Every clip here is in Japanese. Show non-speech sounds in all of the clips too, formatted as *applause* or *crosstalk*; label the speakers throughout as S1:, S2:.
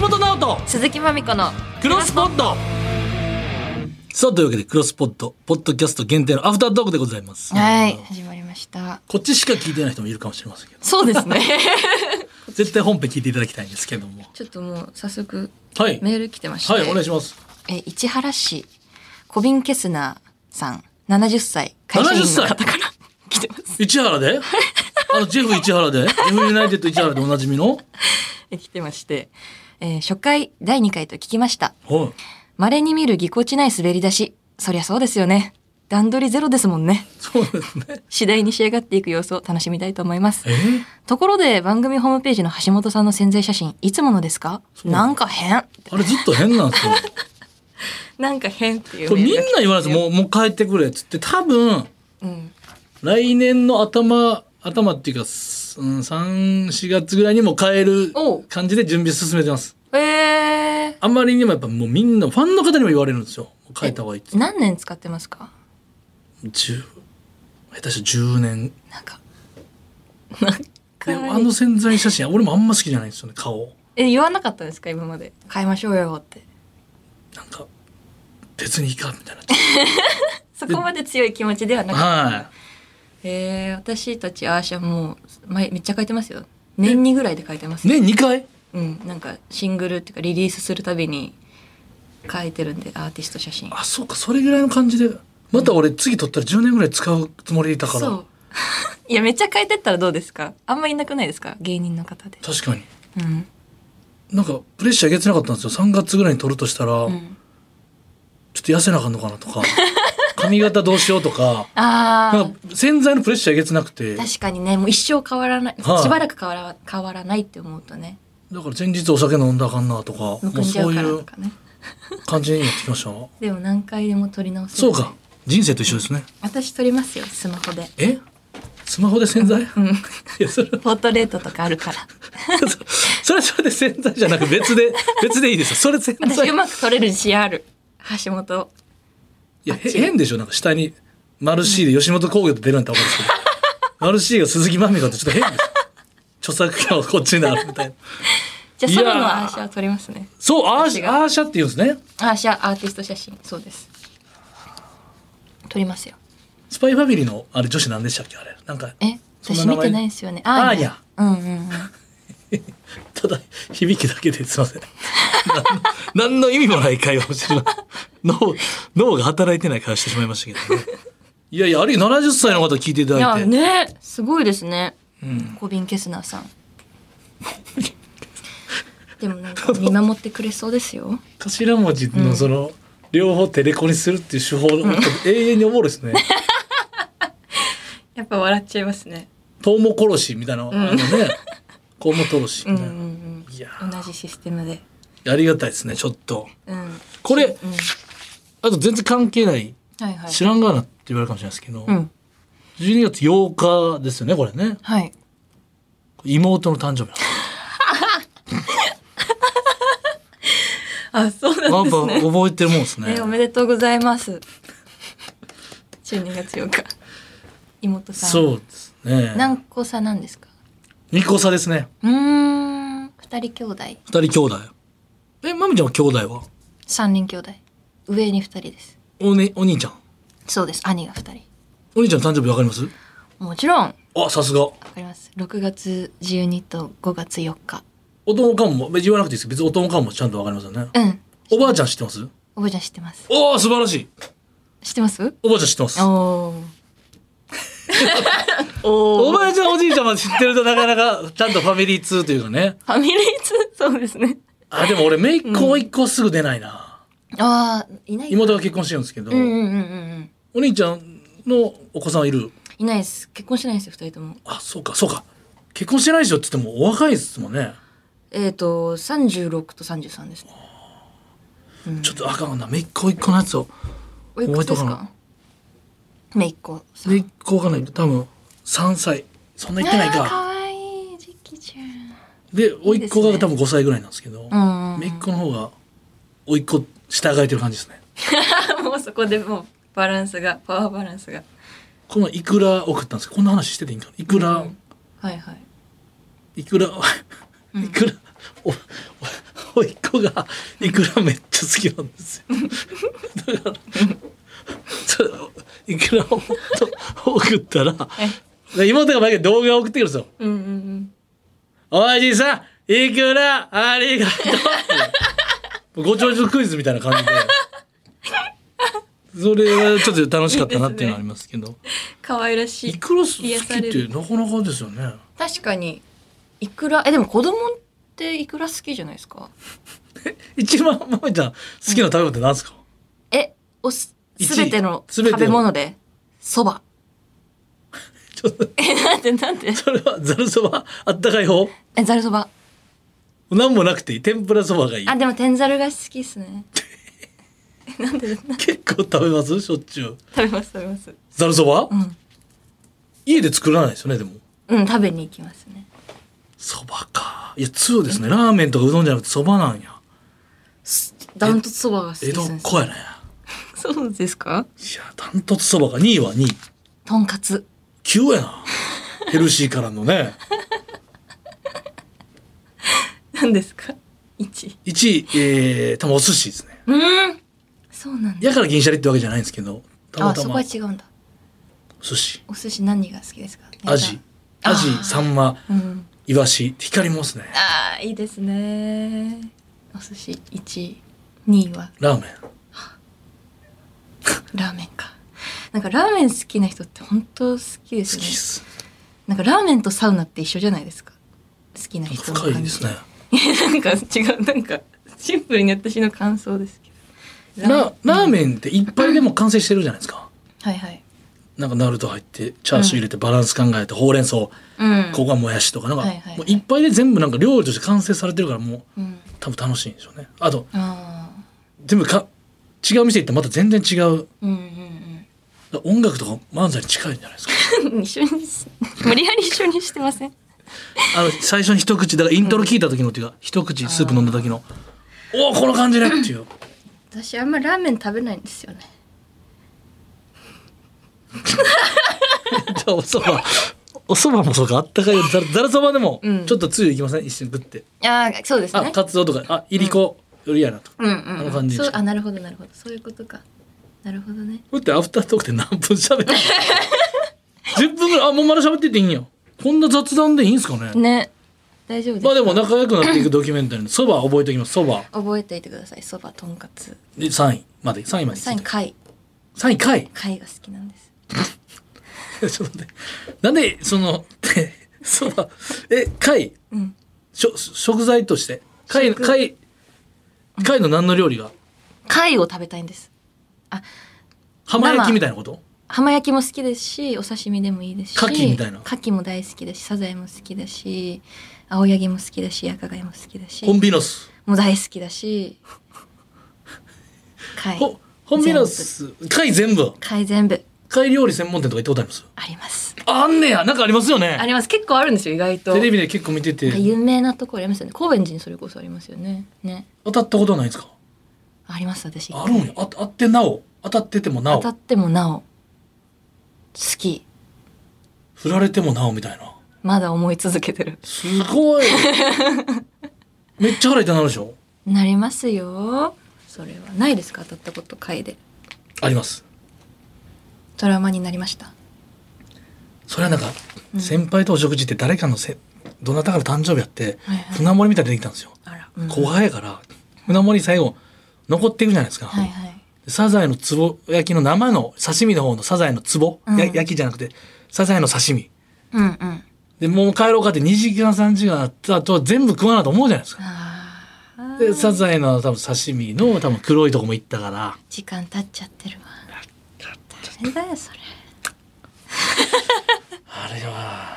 S1: 橋本直人
S2: 鈴木まみこの
S1: クロスポッドさあというわけでクロスポッドポッドキャスト限定のアフタートークでございます
S2: はい始まりました
S1: こっちしか聞いてない人もいるかもしれませんけど
S2: そうです *laughs* ね
S1: 絶対本編聞いていただきたいんですけども
S2: ちょっともう早速
S1: はい
S2: メール来てまして、
S1: はいお願いします
S2: え市原市コビンケスナーさん70歳会社員の方から来てます
S1: 市原であのジェフ市
S2: *laughs*
S1: 原でジェフユナイテッド市原でおなじみの
S2: え来てまして、えー初回第2回と聞きました
S1: はい
S2: 稀に見るぎこちない滑り出しそりゃそうですよね段取りゼロですもんね
S1: そうですね
S2: 次第に仕上がっていく様子を楽しみたいと思います
S1: えー
S2: ところで番組ホームページの橋本さんの宣材写真いつものですか
S1: そう
S2: なんか変
S1: あれずっと変なん
S2: *laughs*
S1: ですよ
S2: なんか変っていう
S1: これみん
S2: メ
S1: な
S2: ールが来て
S1: 言わないですもうもう帰ってくれっつって多分
S2: うん
S1: 来年の頭頭っていうか、すうん、34月ぐらいにも変える
S2: おう
S1: 感じで準備進めてます
S2: え
S1: あまりにもやっぱもうみんなファンの方にも言われるんですよもう変えた方がいいって
S2: ー、何年使ってますか
S1: 10下手したら10年
S2: なんか
S1: で
S2: なんか
S1: あの潜在写真俺もあんま好きじゃないんですよね顔
S2: え言わなかったんですか今まで変えましょうよって
S1: なんか別にいいかみたいな
S2: そこまで強い気持ちではなかった
S1: は
S2: えー、私たちアーシャもう前めっちゃ書いてますよ年にぐらいで書いてます
S1: いね2回
S2: うんなんかシングルっていうかリリースするたびに書いてるんでアーティスト写真
S1: あそうかそれぐらいの感じでまた俺次撮ったら10年ぐらい使うつもりでいたか
S2: そ
S1: ら
S2: う *laughs* いやめっちゃ書いてったらどうですかあんまいなくないですか芸人の方で
S1: 確かに
S2: うん、
S1: なんかプレッシャーいけてなかったんですよ3月ぐらいに撮るとしたら、
S2: うん、
S1: ちょっと痩せなあかんのかなとか *laughs* 髪型どうしようとか
S2: あ
S1: なん
S2: あ
S1: か潜在のプレッシャーえげつなくてだか
S2: 確かにねもう一生変わらない、
S1: はい
S2: しばらく変わら変わらないって思うとね
S1: ら前日お酒飲んだらあかんなとか
S2: むく
S1: も
S2: ん
S1: う
S2: じゃ
S1: そうう
S2: から
S1: い
S2: と
S1: う
S2: かね
S1: 感じになってきましたわ
S2: でも何回でも撮り直せる
S1: そうか人生と一緒ですね
S2: 私撮りますよスマホで
S1: えスマホで潜在 *laughs* い
S2: うん
S1: やそれ
S2: ポートレートとかあるから
S1: それはそれで潜在じゃなく別で別でいいですよ *laughs* それ潜在
S2: 私う
S1: い
S2: まく撮れる自信ある橋本
S1: やへ変でしょなんか下にマルシーで吉本興業って出るなんて分かるんですけどマルシーが鈴木まみかってちょっと変ですよ著作権はこっちになるみたいな
S2: じゃあ
S1: いやー
S2: ソロのアーシャ撮りますね
S1: そうアーシ
S2: 私が
S1: ャアーシャって言うんですね
S2: アーシャアーティスト写真そうです撮りますよ
S1: スパイファミリーのあれ女子なんでしたっけあれなんか
S2: え
S1: そんな名
S2: 私
S1: 前
S2: 見てないんですよね
S1: アー
S2: ア
S1: ニャ
S2: うんうんうん
S1: ただ響きだけですいません *laughs* 何の何の意味もない会話をしてしまう *laughs* 脳脳が働いてない会話してしまいましたけどねいやいやあるいは70歳の方聞いていただ
S2: い
S1: い
S2: や
S1: て
S2: ねすごいですね、
S1: ん
S2: コビン・ケスナ
S1: *laughs*
S2: ーさんでもなんか見守ってくれそうですよ
S1: 頭文字のその、両方テレコにするっていう手法、永遠におもろいですね
S2: *laughs* やっぱ笑っちゃいますね
S1: トウモコロシみたいな、あのねコウモトロシ
S2: うん
S1: み
S2: う
S1: たいな、
S2: ん
S1: いや
S2: うん同じシステムで
S1: ありがたいですねちょっと
S2: うん
S1: これ
S2: うん
S1: あと全然関係ない
S2: はいはい
S1: 知らんがなって言われるかもしれないですけど、
S2: うん
S1: 12月8日ですよねこれね
S2: はい
S1: 妹の誕生日なんです
S2: あ *laughs* そう
S1: な
S2: なん
S1: ん
S2: で
S1: か
S2: すね
S1: 覚えてるもんですね。
S2: えおめでとうございます。12月8日。妹さん。
S1: そうですね。
S2: 何個差なんですか。
S1: 二個差ですね。
S2: うーん。二人兄弟。
S1: 二人兄弟。え、まみちゃんは兄弟は
S2: 三人兄弟。上に二人です。
S1: お,、ね、お兄ちゃん。
S2: そうです。兄が二人。
S1: お兄ちゃんの誕生日わかります
S2: もちろん。わ
S1: あ、さすが。
S2: かります。6月12と5月4日。
S1: おともかんも、別に言わなくていいです別におともかんもちゃんとわかりますよね。
S2: うん。
S1: おばあちゃん知ってます
S2: おばあちゃん知ってます。
S1: おー、素晴らしい。
S2: 知ってます。
S1: おばあちゃん知ってます。
S2: おお。お
S1: お
S2: お。
S1: ばあちゃん、おじいちゃんまで知ってるとなかなか、ちゃんとファミリー2というかね。
S2: ファミリーズ。そうですね。
S1: あ、でも俺、めいっ子甥っ子すぐ出ないな。
S2: ああ、いない。
S1: 妹が結婚してるんですけど、
S2: うんうんうんうんうん。
S1: お兄ちゃんのお子さんはいる
S2: いないです。結婚してないんですよ。二人とも。
S1: あ、そうか、そうか。結婚してないでしょって言ってもお若いですもんね。
S2: えっ、と三十六と三十三ですね。
S1: ちょっとあかんな。めいっ子一個のやつを。
S2: おいくつです
S1: 覚えとか
S2: か？めいっ子さん。
S1: めいっ子わかんないけど、多分3歳。そんな言ってない
S2: あー
S1: か。
S2: 可愛い時期じ
S1: で、おいっ子
S2: いい
S1: が
S2: です
S1: 多分5歳ぐらいなんですけど、
S2: ゃん。うん。
S1: めいっ子の方が、おいっ子従えてる感じですね。
S2: *laughs* もうそこでもうバランスがパワーバランスが。
S1: このいくら送ったんですかこんな話してていいんかないくら、
S2: はいは
S1: *laughs*
S2: い。
S1: いくら、いくら、お、お甥っ子がいくらめっちゃ好きなんです
S2: *laughs*
S1: よ。だからそれいくらを送った
S2: *laughs*
S1: ら妹が毎回動画を送ってくるんですよ。
S2: うんうんうん。
S1: おやじさん、いくらありがとう。ご長寿クイズみたいな感じ
S2: *laughs*
S1: で。それはちょっと楽しかったなっていうのはありますけど。
S2: 可愛らし
S1: い
S2: い。
S1: くら好きってなかなかですよね。
S2: 確かに、いくら、え、でも子供っていくら好きじゃないですか
S1: 一番まめちゃん好きな食べ物って何ですか、
S2: え、おす、
S1: 一位
S2: すべての
S1: 全ての
S2: 食べ物で、そば。
S1: ちょっと
S2: え、なんでなんで
S1: それはざるそばあったかい方
S2: え、ざるそば。
S1: 何もなくていい天ぷらそばがいい
S2: あ、でも天ざるが好きですね。え、なんで、な
S1: 結構食べますしょっちゅう
S2: 食べます食べます。
S1: ざるそば、
S2: うん。
S1: 家で作らないですよねでも
S2: うん、食べに行きますね。
S1: そばかいや通ですねラーメンとかうどんじゃなくてそばなんや
S2: ダントツそばが好き
S1: 江
S2: で
S1: 戸
S2: す
S1: っ
S2: ね。
S1: 子やね
S2: そうですか
S1: いやダントツそばが2位は2位
S2: とんかつ。
S1: 急や
S2: *laughs*
S1: なヘルシーからのね
S2: なんですか一。
S1: 1位えー、多分お寿司ですね
S2: うーん。そうなんだ。
S1: やから銀シャリってわけじゃないんですけどたま
S2: あ、
S1: た
S2: そこ
S1: ま
S2: は違うんだ。
S1: 寿司
S2: お寿司何が好きですか
S1: アジ。
S2: あー
S1: アジサンマ
S2: うん。
S1: イワシ光りますね
S2: ああ、いいですね。お寿司一、二位は
S1: ラーメン
S2: ラーメンか。なんかラーメン好きな人って本当好きです
S1: 好
S2: よ
S1: き
S2: ね
S1: っ。す
S2: なんかラーメンとサウナって一緒じゃないですか。好きな
S1: なんか
S2: 人の
S1: 深
S2: 感じ。
S1: いですね
S2: なんか違う、なんかシンプルに私の感想ですけど。
S1: ララーメンっていっぱいでも完成してるじゃないですか。
S2: はいはい。
S1: なんかナルト入ってチャーシュー入れてバランス考えてほうれん草、
S2: うん。
S1: ここはもやしとかなんか、
S2: はいはいはい
S1: もういっぱいで全部なんか料理として完成されてるからもう
S2: うん。
S1: 多分楽しいんでしょうね。あと
S2: ああ。
S1: 全部か違う店行ってまた全然違う
S2: うんうん
S1: 音楽とか漫才に近いんじゃ
S2: *laughs*
S1: ないですか。
S2: うん。一緒にし、無理やり一緒にしてません。
S1: あの最初に一口だからイントロ聞いた時のっていうか、一口スープ飲んだ時のおおこの感じね
S2: *laughs*
S1: っていう。
S2: 私あんまラーメン食べないんですよね。
S1: じゃあおそば *laughs* おそばもそうかあったかいよざるざるそばでも
S2: うん
S1: ちょっとつゆいきません、一瞬グって。
S2: ああ、そうです
S1: あ
S2: ね。
S1: カツオとかあいりこよりやなとか。
S2: うん
S1: あの
S2: うん。
S1: 感じで
S2: そ
S1: しょ
S2: うあなるほどなるほどそういうことか。なるほどね。
S1: だってアフタートークで何分喋
S2: *laughs*
S1: るの10分ぐらいあもうまだ喋ってていいんやこんな雑談でいいんすかね
S2: ね。大丈夫ですか。
S1: まあでも仲良くなっていくドキュメンタリーのそば覚えておきますそば
S2: 覚えておいてください。そばとんかつ。
S1: で3位まで3位まで
S2: さらに貝
S1: 3位かい
S2: 貝が好きなんです。
S1: *laughs* ちょっと待ってなんでその *laughs* そばえ貝
S2: うん。
S1: しょ食材として貝
S2: 食
S1: 貝貝の何の料理が
S2: 貝を食べたいんです。
S1: 浜焼きみたいなこと
S2: 浜焼きも好きですし、お刺身でもいいですし、
S1: 牡蠣みたいな
S2: 牡蠣も大好きだし、サザエも好きだし、青柳も好きだし、赤貝も好きだし、
S1: ホン
S2: も
S1: ビノス
S2: う大好きだし、貝、
S1: ほホンビノス貝全部
S2: 貝全部
S1: 貝料理専門店とか行ったことあります
S2: あります。
S1: ああんねやなんかありますよね
S2: あります。結構あるんですよ、意外と。
S1: テレビで結構見てて
S2: 有名なところありますよね。高円寺にそれこそありますよね。ね。
S1: 当たったことはないんですか
S2: あります、私。
S1: あるんやあ当たってなお当たっててもな
S2: 当
S1: お
S2: たってもなお、好き。
S1: 振られてもなおみたいな
S2: まだ思い続けてる。
S1: すご
S2: *laughs*
S1: いめっちゃ腹痛なるでしょ
S2: なりますよ。それはないですか当たったこと回で。
S1: あります
S2: トラウマになりました。
S1: それはなんか、
S2: うん
S1: 先輩とお食事って誰かのせどなたかの誕生日やって、
S2: はいはい
S1: 船盛りみたいに出てきたんですよ
S2: あら。うん
S1: 後輩やから船盛り最後残っていくじゃないですか、
S2: はいはい。
S1: サザエのつぼ焼きの生の刺身の方のサザエのつぼ、
S2: うん
S1: や焼きじゃなくてサザエの刺身
S2: うんうん。
S1: でもう帰ろうかって2時間3時間あった後全部食わなと思うじゃないですか
S2: ああ。
S1: でサザエの多分刺身の多分黒いとこも行ったから
S2: 時間経っちゃってるわ。大変だよ、それ。
S1: あれは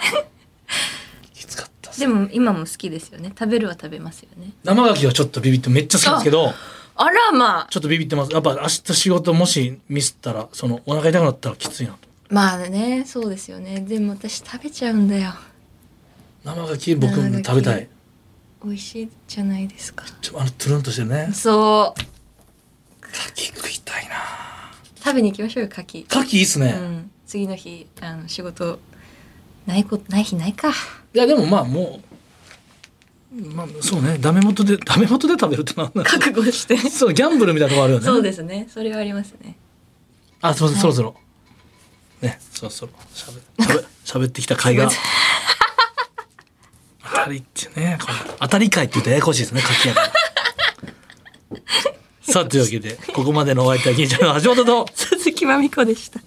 S1: きつかったっす
S2: でも今も好きですよね。食べるは食べますよね。
S1: 生牡蠣はちょっとビビってめっちゃ好きなんですけど
S2: あらまあ。
S1: ちょっとビビってますやっぱ明日仕事もしミスったらそのお腹痛くなったらきついなと
S2: まあね、そうですよね。でも私食べちゃうんだよ。
S1: 生牡蠣僕も食べたい
S2: 美味しいじゃないですか。
S1: ちょあのトゥルンとしてるね
S2: そう。
S1: 牡蠣食いたいな
S2: 食べに行きましょうよ、牡蠣。
S1: 牡蠣いいっすね、
S2: うん。次の日、あの仕事、ないこ、ない日ないか。
S1: いやでもまあもうまあ、そうねダメ元でダメ元で食べるってなんなの
S2: 覚悟して。
S1: そうギャンブルみたいなとこあるよね
S2: そうですね。それはありますね。 *laughs*
S1: あすいません、そろそろねそろそろしゃべしゃべしゃべってきた会が当たりってねこの当たり会って言うとややこしいですね書き上がりさあというわけでここまでのお相手は銀ちゃんの橋本と
S2: 鈴木まみこでした。